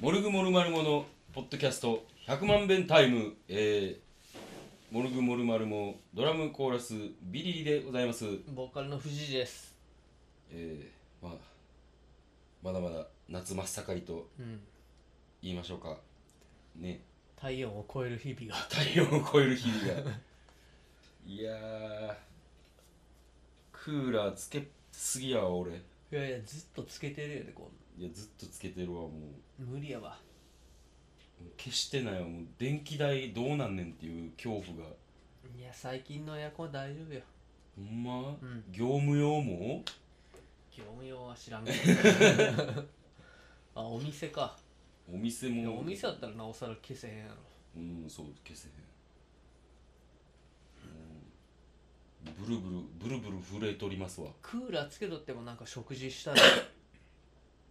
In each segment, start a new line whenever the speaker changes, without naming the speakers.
モルグモルマルモのポッドキャスト100万遍タイム、えー、モルグモルマルモドラムコーラスビリリでございます、
ボーカルの藤井です。
えーまあ、まだまだ夏真っ盛りと
うん。
言いましょうかね
体温を超える日々が。
体温を超える日々がいやークーラーつけすぎやわ俺
いやいや、ずっとつけてるよね、こ
いやずっとつけてるわもう
う。無理やわ。
消してないわもう電気代どうなんねんっていう恐怖が
いや、最近のエアコン大丈夫よ。
ほんま、
うん
業務用も
業務用は知らん けど。あ、お店か。
お店
いや
も
お店だったらなおさら消せへんやろ。
うんそう消せへん、うん、ブルブルブルブル震えとりますわ
クーラーつけとってもなんか食事 したら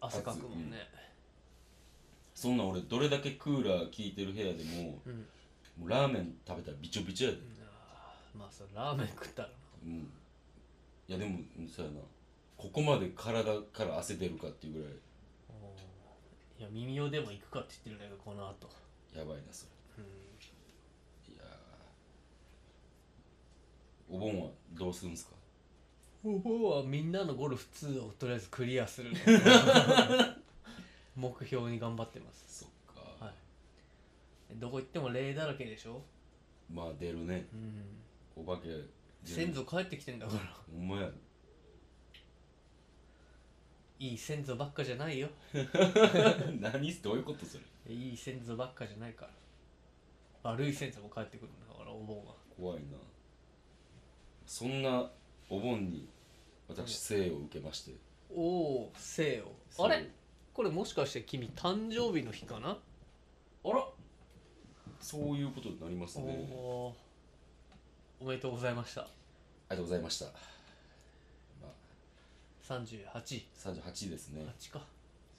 汗かくもんね。
そんなん俺どれだけクーラー効いてる部屋でも
うん。
もうラーメン食べたらびちょびちょやで
あーまあ、それラーメン食ったらな。
うんいやでもうんそうやなここまで体から汗出るかっていうぐら
おーいや、耳用でも行くかって言ってるんだけど、この後。
いやばいなそ
うん。
れいやーお盆はどうするんすか
お盆はみんなのゴルフ2をとりあえずクリアす る目標に頑張ってます
そっか、
はいどこ行っても霊だらけでしょ、
まあ出るね
う
お
ん、
化け出る
先祖帰ってきてんだから
ほんまや
いい先祖ばっかじゃないよ
何どういうことそれ
いい先祖ばっかじゃないから悪い先祖も帰ってくるんだからお盆は
怖いなそんなお盆に私生を受けまして
おおせよあれこれもしかして君誕生日の日かな
あらそういうことになります
お
ね
おーおめでとうございました
ありがとうございました、まあ、
38
38ですね
8か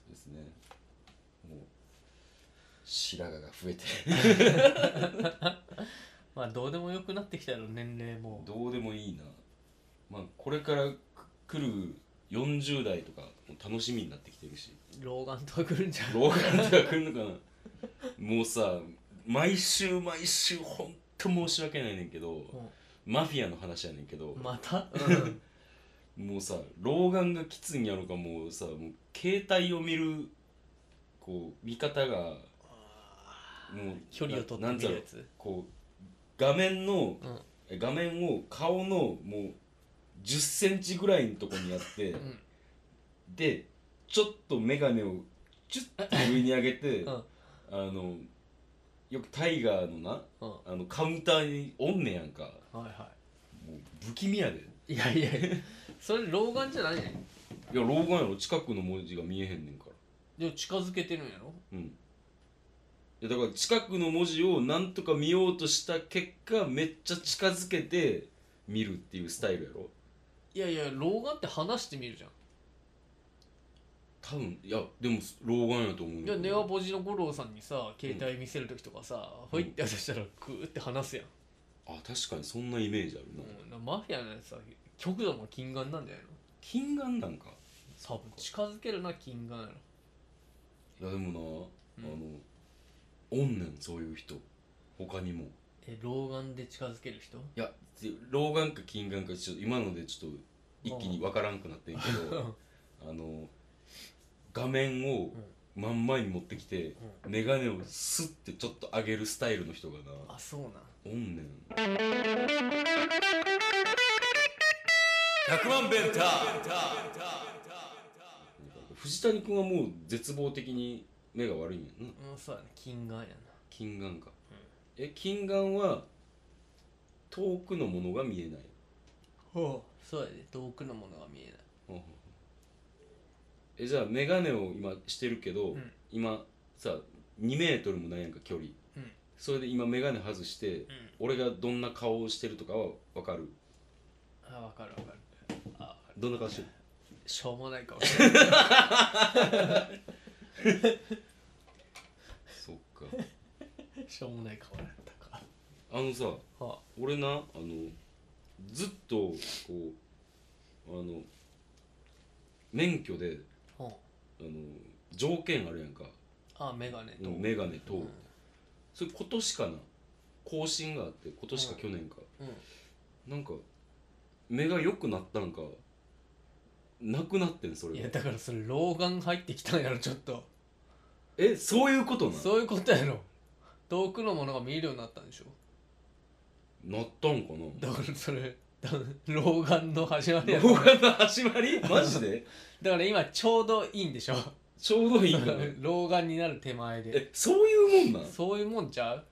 そうですねもう白髪が増えて
まあどうでもよくなってきたよ年齢 も
どうでもいいなまあこれからく来る40代とかも楽しみになってきてるし
老眼とか来るんじゃん
老眼とか来るのかなもうさ毎週毎週ほんと申し訳ないねんけど、マフィアの話やねんけど、
また、
もうさ老眼がきついんやろかもうさもう携帯を見るこう見方がもう
距離を取って
な
見
んつう
る
の
やつ
こう画面の
うん、
え画面を顔のもう1 0ンチぐらいのとこにあって、
ん
でちょっと眼鏡をチュッと上に上げて、
うんうん
あのよくタイガーのな
は
あのカウンターにおんねやんか
いは
もう不気味やで
いいやいやいや それ老眼じゃないね
いや老眼やろ近くの文字が見えへんねんから
でも近づけてるんやろ
うんいやだから近くの文字をなんとか見ようとした結果めっちゃ近づけて見るっていうスタイルやろ
いやいや老眼って話してみるじゃん
多分いやでも老眼やと思うねん
い
け
や
ど
ネガポジの五郎さんにさ携帯見せる時とかさ、ほいってやしたらクーって話すやん、
あ確かにそんなイメージあるな、
うんマフィアのやつさ極度の近眼なんじゃないの
近眼なんか
多分近づけるな近眼やろ
いやでもな、
うん
あのおんねんそういう人他にも
え老眼で近づける人
いやで老眼か近眼かちょっと今のでちょっと一気に分からんくなってんけどあの画面を真ん前に持ってきて、眼鏡をスッてちょっと上げるスタイルの人がな
あそうな
お
ん
んねん
100万ベンタ
藤谷君はもう絶望的に目が悪いんやんな
うんそうやな近眼やな
近眼か、え近眼は遠くのものが見えない
ほうそうやで遠くのものが見えない
えじゃあ眼鏡を今してるけど、
うん
今さ2メートルもないやんか距離
うん
それで今眼鏡外して、俺がどんな顔をしてるとかは分かる
あ分かる分かるあ
どんな顔 してる
しょうもない かもしれない
そっか
しょうもない顔だったか
あのさ
は
俺なあのずっとこうあの免許で
あ、うん、
あの条件あるやんか
ああメガネと、
のメガネと、
うん
それ今年かな更新があって今年か去年か、
うん
なんか目が良くなったんかなくなってんそ
い
れ
や
が
だからそれ老眼入ってきたんやろちょっと
えそういうことな
そういうことやろ遠くのものが見えるようになったんでしょ
なったんか
だからそれだ老眼の始まり
な
やろ
動画の始まりマジで
だから今ちょうどいいんでしょ
ちょうどいいんかな
老眼になる手前で
えそういうもんなん
そういうもんちゃう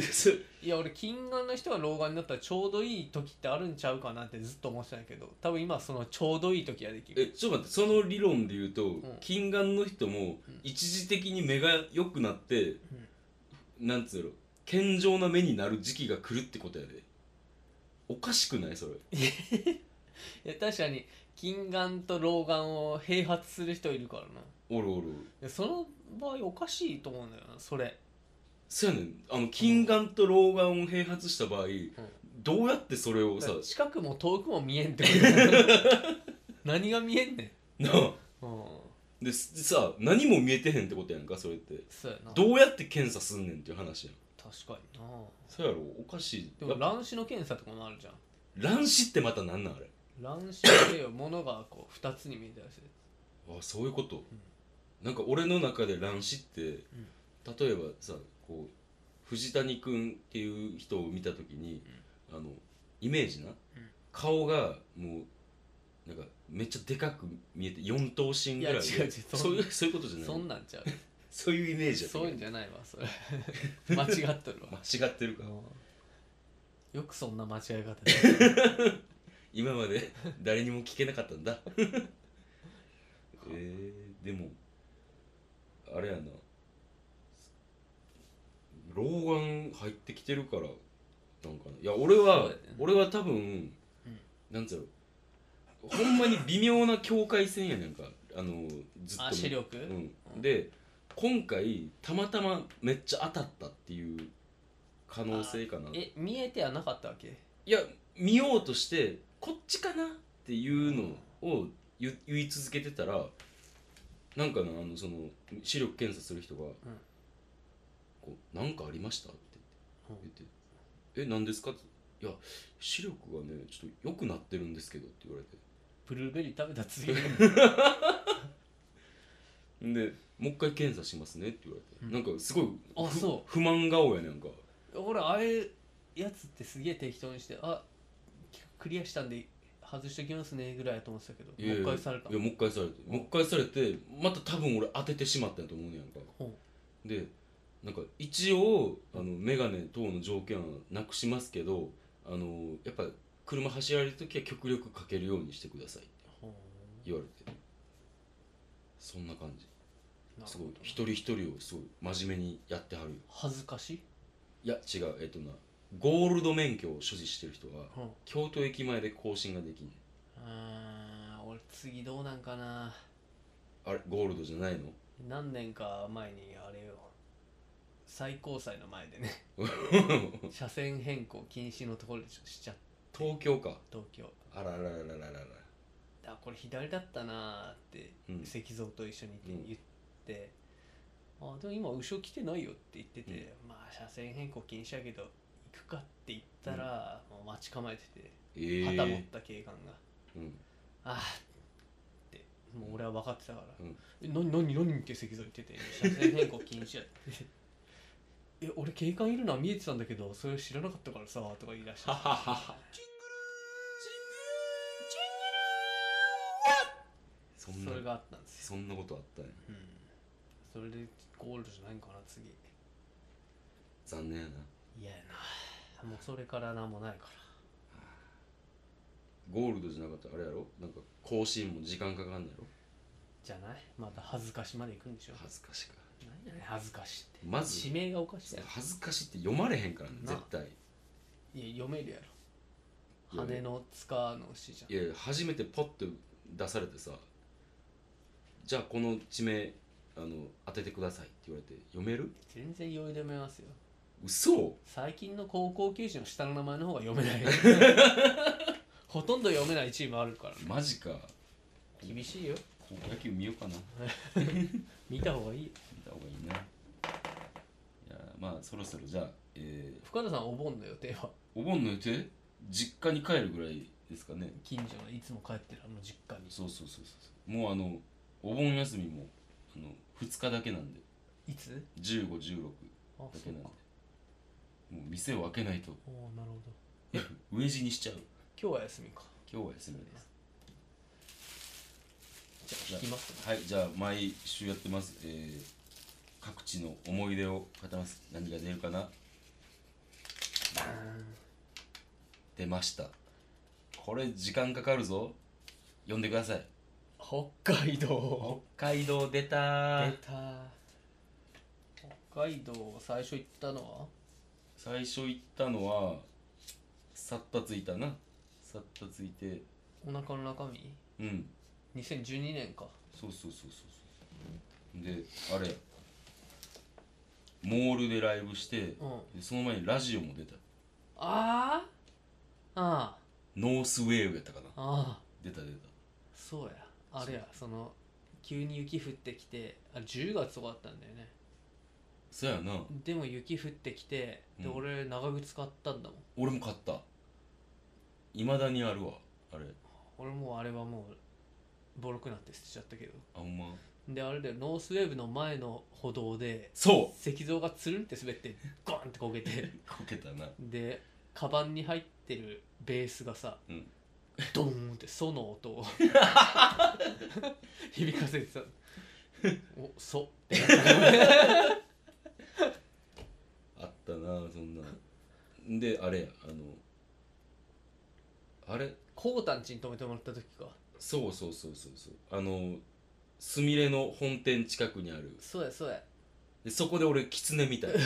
そ
いや俺近眼の人が老眼になったらちょうどいい時ってあるんちゃうかなってずっと思ってたんやけど多分今そのちょうどいい時ができる
えちょっと待ってその理論で言うと、
ん
近眼の人も
ん
一時的に目が良くなって、なんつうの健常な目になる時期が来るってことやでおかしくないそれ
いや確かに近眼と老眼を併発する人いるからない
おるおるおる
やその場合おかしいと思うんだよなそれ
そうやねんあの近眼と老眼を併発した場合、どうやってそれをさ
近くも遠くも見えんってこと 何が見えんね
なあ
んうん
ですさ何も見えてへんってことやんかそれって
そうやな確
どうやって検査すんねんっていう話やん
かにな
そうやろおかしい
でも
やっぱ
乱視の検査とかもあるじゃん
乱視ってまたなんなんあれ
乱視っていうものがこう2つに見えたりする
あそういうこと、なんか俺の中で乱視って、例えばさこう藤谷君っていう人を見た時に、あのイメージな、顔がもうなんかめっちゃでかく見えて4頭身ぐらいで
いや違う違うそん
そういうそういうことじゃない
そんなんちゃう
そういうイメージやった
そういうんじゃないわそれ 間違っとるわ
間違ってるか
よくそんな間違い方
今ま で誰にも聞けなかったんだえー、でもあれやな老眼入ってきてるからなんかないや俺
そう
は、
やね
俺は多分、なんつうのほんまに微妙な境界線やねんかあのずっと
あ視力
うん、で今回たまたまめっちゃ当たったっていう可能性かな
え見えてはなかったわけ
いや見ようとしてこっちかなっていうのを言言い続けてたらなんかなあのその視力検査する人が「こうなんかありました?」って言って「え何ですか?」って「いや視力がねちょっと良くなってるんですけど」って言われて
ブルーベリー食べた次に
で「もう一回検査しますね」って言われて、
うん
なんかすごい
あ
ふ
そ
不満顔やねなんか
俺ああいうやつってすげえ適当にしてあクリアしたんで外しときますねぐらいやと思ってたけど
いやい
もう
や
一回された
いやもう一回されてもう一回されてまた多分俺当ててしまったんやと思うねやんか
ほ
でなんか一応あのメガネ等の条件はなくしますけどあのやっぱ車走られる時は極力かけるようにしてくださいって
うほ
言われてそんな感じ
うなる
す
ほ
ごい
ど
一人一人をすごい真面目にやってはるよ
恥ずかしい、
いや違うえっとなゴールド免許を所持してる人は
うん、う
京都駅前で更新ができんねん
ーん俺次どうなんかな
あれゴールドじゃないの
何年か前にあれよ最高裁の前でね車線変更禁止のところでしょしちゃった
東京か
東京
あららららららら
あこれ左だったなーって、
うん
石像と一緒にいて
うん
言って、あでも今後ろ来てないよって言ってて、まあ車線変更禁止やけど行くかって言ったら、もう待ち構えてて
え
旗持っ
ー、
た警官が、
うん
ああってもう俺は分かってたから
うん
「え何何何?」って石像言ってて「車線変更禁止や」って「え俺警官いるのは見えてたんだけどそれ知らなかったからさ」とか言い出して
ははははそんな
それがあったんです
そ
よ、
んなことあったね
うん、それでゴールドじゃないんかな次
残念やな
嫌やなもうそれから何もないか
ゴールドじゃなかったらあれやろなんか更新も時間かかんのやろ
らじゃないまた恥ずかしまで行くんでしょ
恥ずかしか
何やねん恥ずかしって
まず
指名がおかしいやろ
恥ずかしいって読まれへんからね
な
絶対
いや読めるやろ
いや
羽の塚の詩じゃん
いや初めてポッと出されてさじゃあこの地名あの当ててくださいって言われて読める
全然酔い止めますよ
嘘
最近の高校球児の下の名前の方が読め ないほとんど読めないチームあるからね
マジか
厳しいよ
高校野球見ようかな
見た方がいいよ
見た方方がいいないやまあそろそろじゃあ、え
深田さんお盆の予定は
ーお盆の予定実家に帰るぐらいですかね
近所のいつも帰ってるあの実家に
そうそうそうそうもうあのお盆休みもあの2日だけなんで
いつ
1516
あ
だ
そ
け
う
なんで
か
もう店を開けないと
おおなるほど
飢え死にしちゃう
今日は休みか
今日は休みです
じゃあ引きますね
はいじゃあ毎週やってます、えー各地の思い出を語ります何が出るかな
バーン
出ましたこれ時間かかるぞ読んでください
北海道
北海道出た
出
ー
た北海道最初行ったのは
最初行ったのはさっとついたなさっとついて
お腹の中身
うん
2012年か
そうそうそうそうそうであれモールでライブして
うん
でその前にラジオも出た
あああ
ノースウェーブやったかな
あああ
出た出た
そうやあれやその急に雪降ってきてあ10月とかあったんだよね
そやな
でも雪降ってきてで、
うん
俺長靴買ったんだもん
俺も買ったいまだにあるわあれ
俺もうあれはもうボロくなって捨てちゃったけど
あほんま
であれだよノースウェーブの前の歩道で
そ
石像がつるんって滑ってゴンってこけて
うこけたな
でカバンに入ってるベースがさ、
うん
ドーンってソの音 を響かせてさおソって
あったなそんなんであれやあのあれ
コウタンちに泊めてもらった時か
そうそうそうそうそうあのすみれの本店近くにある
そうやそうや
でそこで俺キツネみたい
そ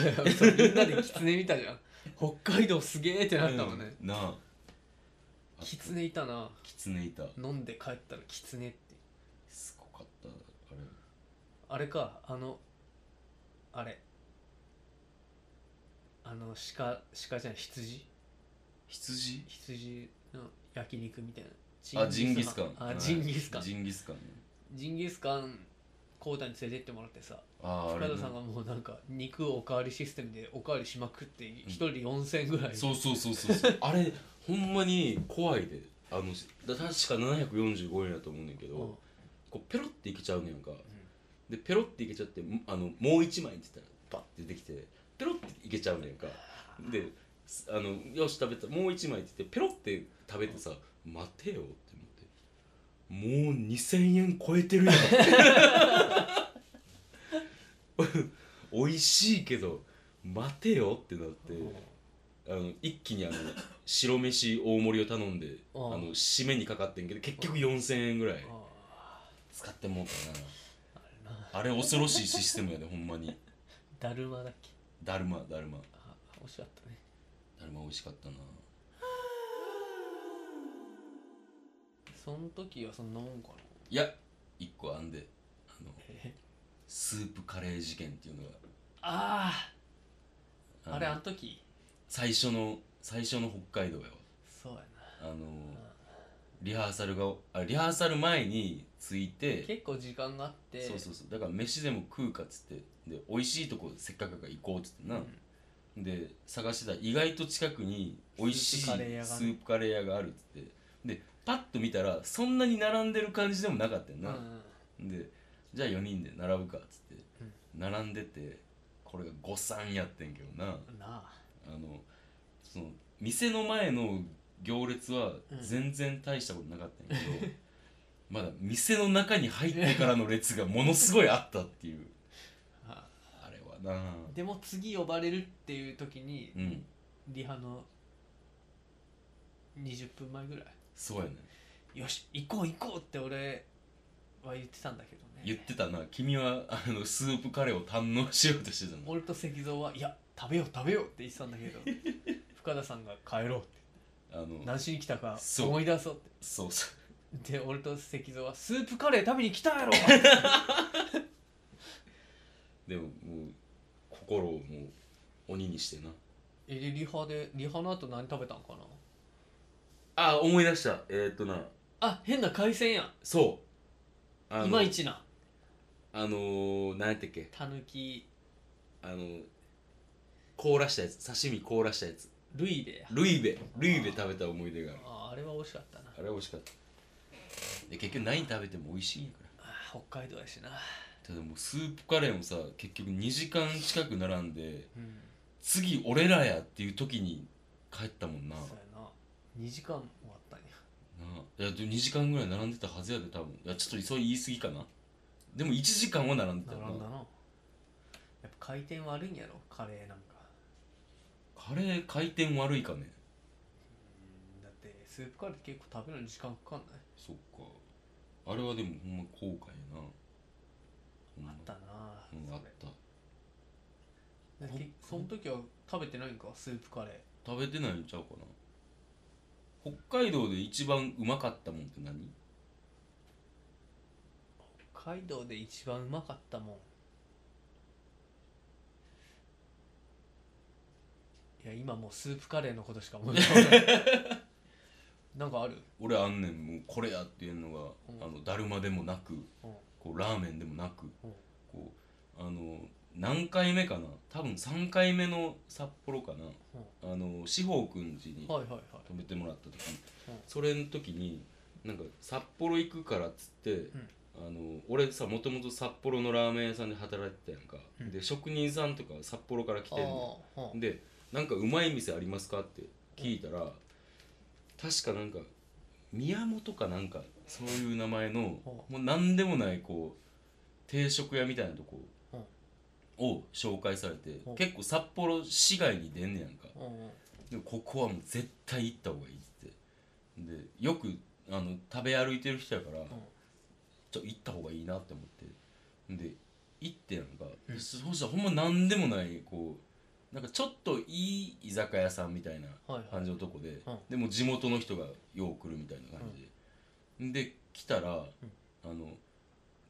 うみんなでキツネ見たじゃん北海道すげえってなったもんね、
うんなああ
キツネいたな
キツネいた
飲んで帰ったらキツネって
すごかったあれ
あれかあのあれあの鹿鹿じゃない羊
羊
羊の焼肉みたいな
あジンギスカン
あジンギスカン、
はいジンギスカン
ジンギスカンコウタに連れてってもらってさ
あああ
深
れ
田さんがもうなんか肉をおかわりシステムでおかわりしまくって一人4000ぐらい、
そうそうそうそうそうあれほんまに怖いであのだ確か745円だと思うねんけど、
うん
こうペロっていけちゃうねんか、でペロっていけちゃってんあのもう一枚って言ったらバッて出てきてペロっていけちゃうねんかですあのよし食べたもう一枚って言ってペロって食べてさ、待てよって思ってもう2000円超えてるやん 美味しいけど待てよってなって、あの一気にあの白飯大盛りを頼んで、
うん
あの締めにかかってんけど結局4000円ぐらい
あ
使ってもうか
ーあれな
なあれ恐ろしいシステムやでほんまに
だるまだっけ
だるまだるま
あ惜しかったね
だるま美味しかったな
その時はそんなもんかない
や一個あんであの
え
スープカレー事件っていうのが
ああ
の
あれあの時
最初の最初の北海道やわ
そうやな
あのリハーサルがあリハーサル前に着いて
結構時間があって
そうそうそうだから飯でも食うかっつってで美味しいとこせっかくやから行こうっつってな、
うん
で探してたら意外と近くに美味しいス
スープカレー屋がね
ープカレー屋があるっつってでパッと見たらそんなに並んでる感じでもなかったよ
うんう
な、
ん
でじゃあ4人で並ぶかっつって、
うん
並んでてこれが誤算やってんけどな
な
あのその店の前の行列は
うん
全然大したことなかったんやけど、 まだ店の中に入ってからの列がものすごいあったっていう
ああ
あれはなあ
でも次呼ばれるっていう時に
うん
リハの20分前ぐらい
そうやね
よし行こう行こうって俺は言ってたんだけどね
言ってたな君はあのスープカレーを堪能しようとしてたの
俺と石像はいや食べよう食べようって言ってたんだけ ど深田さんが帰ろうって
あの
何しに来たか
そう
思い出そうっ
そうそう
てで俺と石像はスープカレー食べに 来たんやろ
でももう心をもう鬼にしてな
えでリハでリハの後何食べたんかな
あ思い出したえー、っとな
あ変な海鮮やん
そうあの
いまいちない
あのー、何やったっけ
たぬき
あのー凍らしたやつ刺身凍らしたやつ
ルイベや
ルイベルイベ食べた思い出がある
ああれは美味しかったな
あれ美味しかったで結局何食べても美味しいんやから
あー北海道やしな
ただもうスープカレーもさ結局2時間近く並んで
うん
次俺らやっていう時に帰ったもんなな
そうやな2時間もあったんや
あいやでも2時間ぐらい並んでたはずやで多分いやちょっとそれ言い過ぎかなでも1時間は並んでたよな
並んだなやっぱ回転悪いんやろカレーなんか
カレー回転悪いかね
うんだってスープカレーって結構食べるのに時間かかんない
そっかあれはでもほんま後悔やなほんま
あったなあ
うん、あっ
それ
た
だって
僕
その時は食べてないんかスープカレー
食べてないんちゃうかな北海道で一番うまかったもんって何
北海道で一番うまかったもんいや今もうスープカレーのことしか思い浮 かばないなんかある
俺あんねんもうこれやっていうのが、
うん
あのだるまでもなく
うん
こうラーメンでもなく
うん
こうあの何回目かな多分3回目の札幌かな、あの志保くん家に
はいはいはい
泊めてもらった時、
うん
それの時になんか札幌行くからっつって、
ん
あの俺さもともと札幌のラーメン屋さんで働いてたやんか、
うん
で職人さんとか札幌から来てんの
ああ、うん
でなんかうまい店ありますかって聞いたら、確かなんか宮本かなんかそういう名前の、もう何でもないこう定食屋みたいなとこを紹介されて、
うん
結構札幌市外に出んねやんか、
うんうん
でもここはもう絶対行った方がいいってでよくあの食べ歩いてる人やから、ちょ行った方がいいなって思ってで行ってなんか、
うん
そしたらほんま何でもないこうなんかちょっといい居酒屋さんみたいな
はいはい
感じのとこで、
うん
でも地元の人がよう来るみたいな感じで、で来たら、あの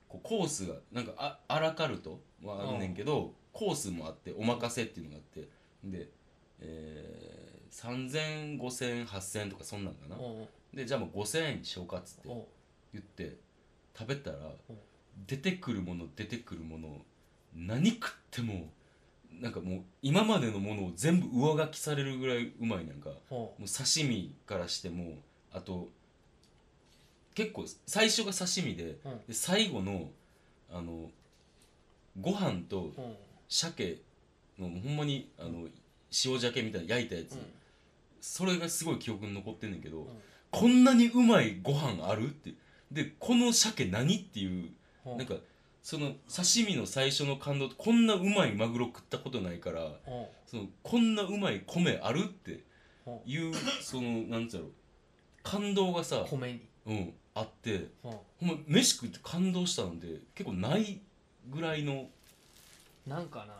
こうコースがなんかあアラカルトはあんねんけど、コースもあってお任せっていうのがあってで、えー、300050008000とかそんなんかな、
うんうん
でじゃあもう5000円にしようかっつって
うん
言って食べたら
うん
出てくるもの出てくるもの何食ってもなんかもう今までのものを全部上書きされるぐらいうまいなんかも
うん
う刺身からしてもあと結構最初が刺身で
うん
で最後のあのご飯と
うん
鮭のほんまにあの塩鮭みたいな焼いたやつ、それがすごい記憶に残ってんねんけど、
う
こんなにうまいご飯あるってでこの鮭何っていう、
ん
なんかその刺身の最初の感動とこんなうまいマグロ食ったことないから
うんうん
そのこんなうまい米あるって
うん
いうそのなんつうやろ感動がさ、
米に
うん、あって
う
ほ
ん
んま飯食って感動したので結構ないぐらいの
なんかな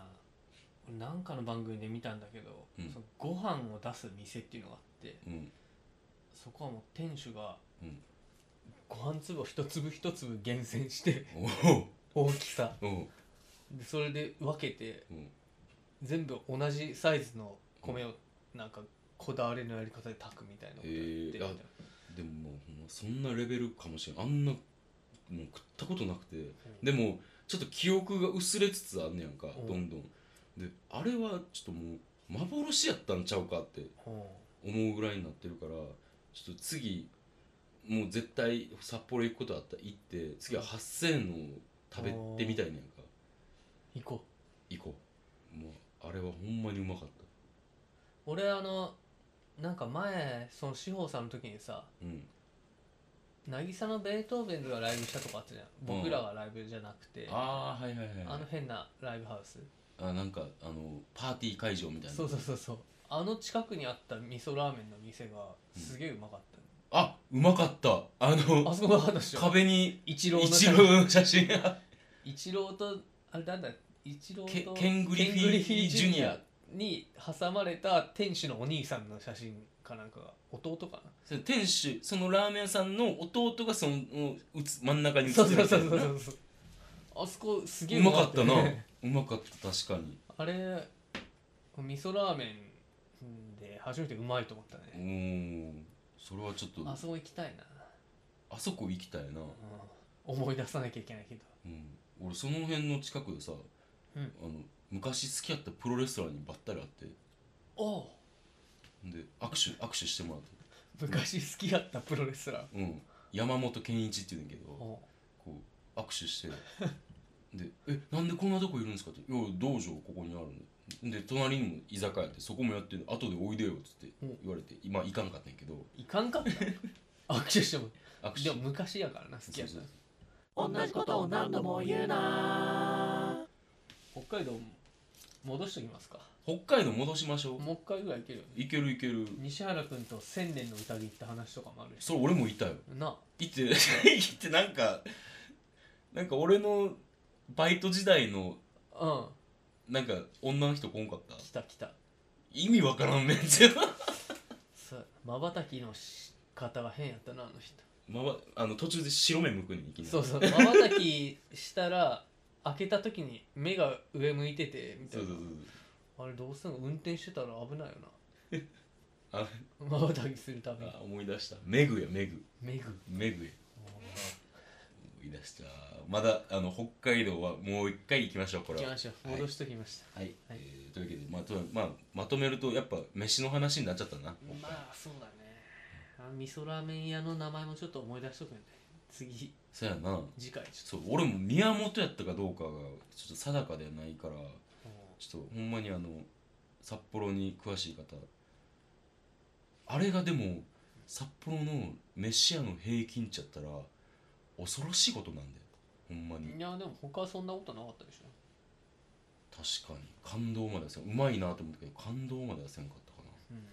俺なんかの番組で見たんだけど、
うん
そのご飯を出す店っていうのがあって
うん
そこはもう店主が、
うん
ご飯粒を一粒一粒厳選して
おう
大きさ
おう
でそれで分けて
うん
全部同じサイズの米をなんかこだわりのやり方で炊くみたいなことやってみたいな
へーでももうほんまそんなレベルかもしれんあんなもう食ったことなくて。
うん
でもちょっと記憶が薄れつつあんねやんか
うん
どんどんであれはちょっともう幻やったんちゃうかって
うん
思うぐらいになってるからちょっと次もう絶対札幌行くことあったら行って次は8000円のを食べてみたいねんか
行こう
行こうもうあれはほんまにうまかった
俺あのなんか前その志保さんの時にさ
うん
渚のベートーベンがライブしたとこあったじゃん僕らがライブじゃなくて、
ああはいはいはい
あの変なライブハウス
あなんかあのパーティー会場みたいな
そうそうそうそうあの近くにあった味噌ラーメンの店がすげえうまかっ
あうまかったあ
た、あ
の
そこがあったっしょ
壁に
一郎の
一 郎の写真が
一郎とあれなんだ一郎と
ケケングリフィージュニア
に挟まれた店主のお兄さんの写真かなんかが弟か
その店主そのラーメン屋さんの弟がそのうつ真ん中に
な
写
そう
ってる
そう
やつ
そ
や
うん
な
そうそうそうあそこすげえ
うまかったな
よ
う
ね
まかった確かに
あれ味噌ラーメンで初めてうまいと思った
う
ね
ーんそれはちょっと
あそこ行きたいな、
あそこ行きたいな、
うん思い出さなきゃいけないけど
うん、俺その辺の近くでさ、
うん
あの昔付き合ったプロレスラーにばったり会って
おう
で握手握手してもらって
昔好きやったプロレスラー
うん山本健一って言うねんだけど
おう
こう握手してで「えなんでこんなとこいるんですか?」って「いや道場ここにあるんで」で隣にも居酒屋やってそこもやってる後でおいでよっつって
うん
言われて今行かんかったんやけど
いかんかった 握手しても
握手
でも昔やからな好き
そう
やった
そう
ら
同じことを何度も言うな
北海道戻しときますか
北海道戻しましょう
もう一回ぐらいいけるよね
いけるいける
西原君と千年の宴行った話とかもあるし
それ俺もいたよ
なあ
行って 行ってなんかなんか俺のバイト時代の
うん
なんか女の人こんかった
来た来た
意味わからんねん全然
まばたきの仕方が変やったなあの人
まばあの途中で白目向くねんいきなり
そうそうまばたきしたら開けた時に目が上向いててみた
そ
いう
そ
な
うそう
あれどうすんの運転してたら危ないよ
そうあ
なまばたきするたびに
あ思い出したメグやメグ
目ぐ
メグや思い出したまだあの北海道はもう一回行きましょうこ
行
れ
き
は
ましょう戻しときました、
はい、
はい
えーというわけで、まあとまあ、まとめるとやっぱ飯の話になっちゃったな
まあそうだねあ味噌ラーメン屋の名前もちょっと思い出しとくんで次
そやな
次回ち
そう俺も宮本やったかどうかがちょっと定かではないから
ょっとも
ちょっとほんまにあの札幌に詳しい方あれがでも札幌の飯屋の平均値やったら恐ろしいことなんだよほんま
う
に
いやでも他はそんなことなかったでしょ
確かに感動まではせんうまいなと思ったけど感動まではせんかったかな
うん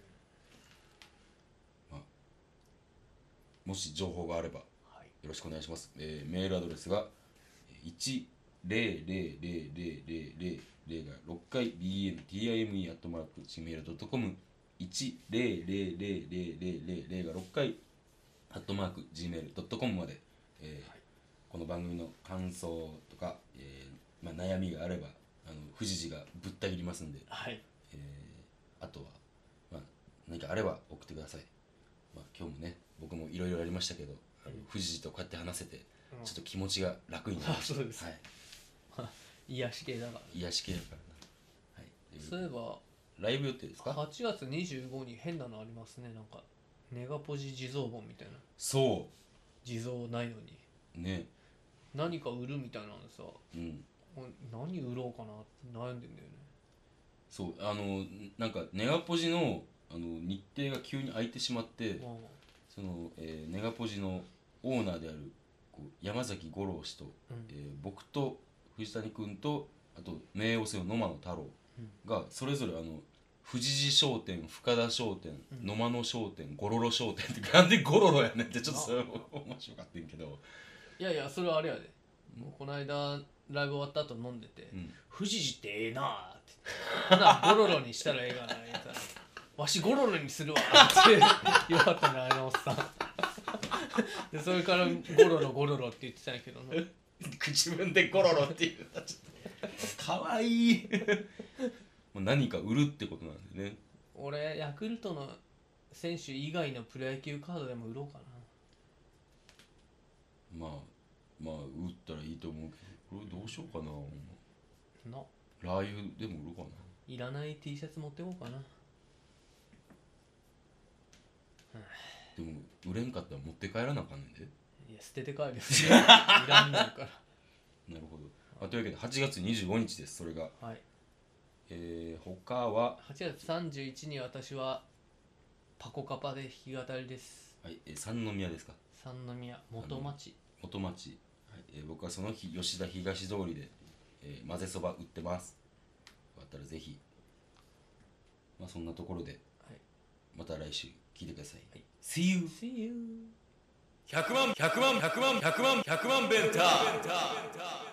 もし情報があればよ
はい
ろしくお願いします、えーメールアドレスが1 0 0 0 0 0 0 0が6回 bmtime.gmail.com 1 0 0 0 0 0 0 0が6回 .gmail.com まで、えー
はい
この番組の感想とか、えーまあ、悩みがあればあの藤次がぶった切りますんで
はい
えーあとは、まあ、何かあれば送ってください、まあ、今日もね僕もいろいろやりましたけどあの藤井とこうやって話せて
うん
ちょっと気持ちが楽になりました、
あそうです
はい、
癒し系だから
癒し系だからな、はいというこ
そういえば
とで、ライブ予定ですか
8月25に変なのありますねなんかネガポジ地蔵本みたいな
そ
地蔵ないのに
うね
何か売るみたいなのさ
うん
お何売ろうかなって悩んでんだよね
そうあのなんかネガポジのあの日程が急に空いてしまって、
うん
その、えーネガポジのオーナーであるこう山崎五郎氏と、
うん
えー僕と藤谷君とあと名誉星の野間の太郎がそれぞれあの富士寺商店深田商店、
うん
野間野商店ゴロロ商店ってなんでゴロロやねんってちょっとそれ
あ
面白かったんやけど、
いやいやそれはあれやで
うん
この間ライブ終わった後飲んでて
うん、
「富士寺ってええなあ」って言ってなあゴロロにしたらええがな」言ったら「わしゴロロにするわ」って言わはったねあのおっさんでそれから「ゴロロゴロロ」って言ってたんやけどな
自分でゴロロっていうのはちょっとかわい いもう何か売るってことなんでね
俺ヤクルトの選手以外のプロ野球カードでも売ろうかな
まあまあ売ったらいいと思うけどこれどうしようかな、ほん
な
まラー油でも売るかない
らない T シャツ持ってこうかな
でも売れんかったら持って帰らなあかんねんで
いや捨てて帰るよ いらんのやか
なるほど、まあ、というわけで8月25日ですそれが
らはい
えー、他は
8月31に私はパコカパで弾き語りです
はい、えー三宮ですか
三宮元町
元町、はいえー僕はその日吉田東通りで、えー混ぜそば売ってますよかったらぜひまあそんなところで
はい
また来週聞いてください、
はい
See you!
See you!
100万100万100万100万100万ベンター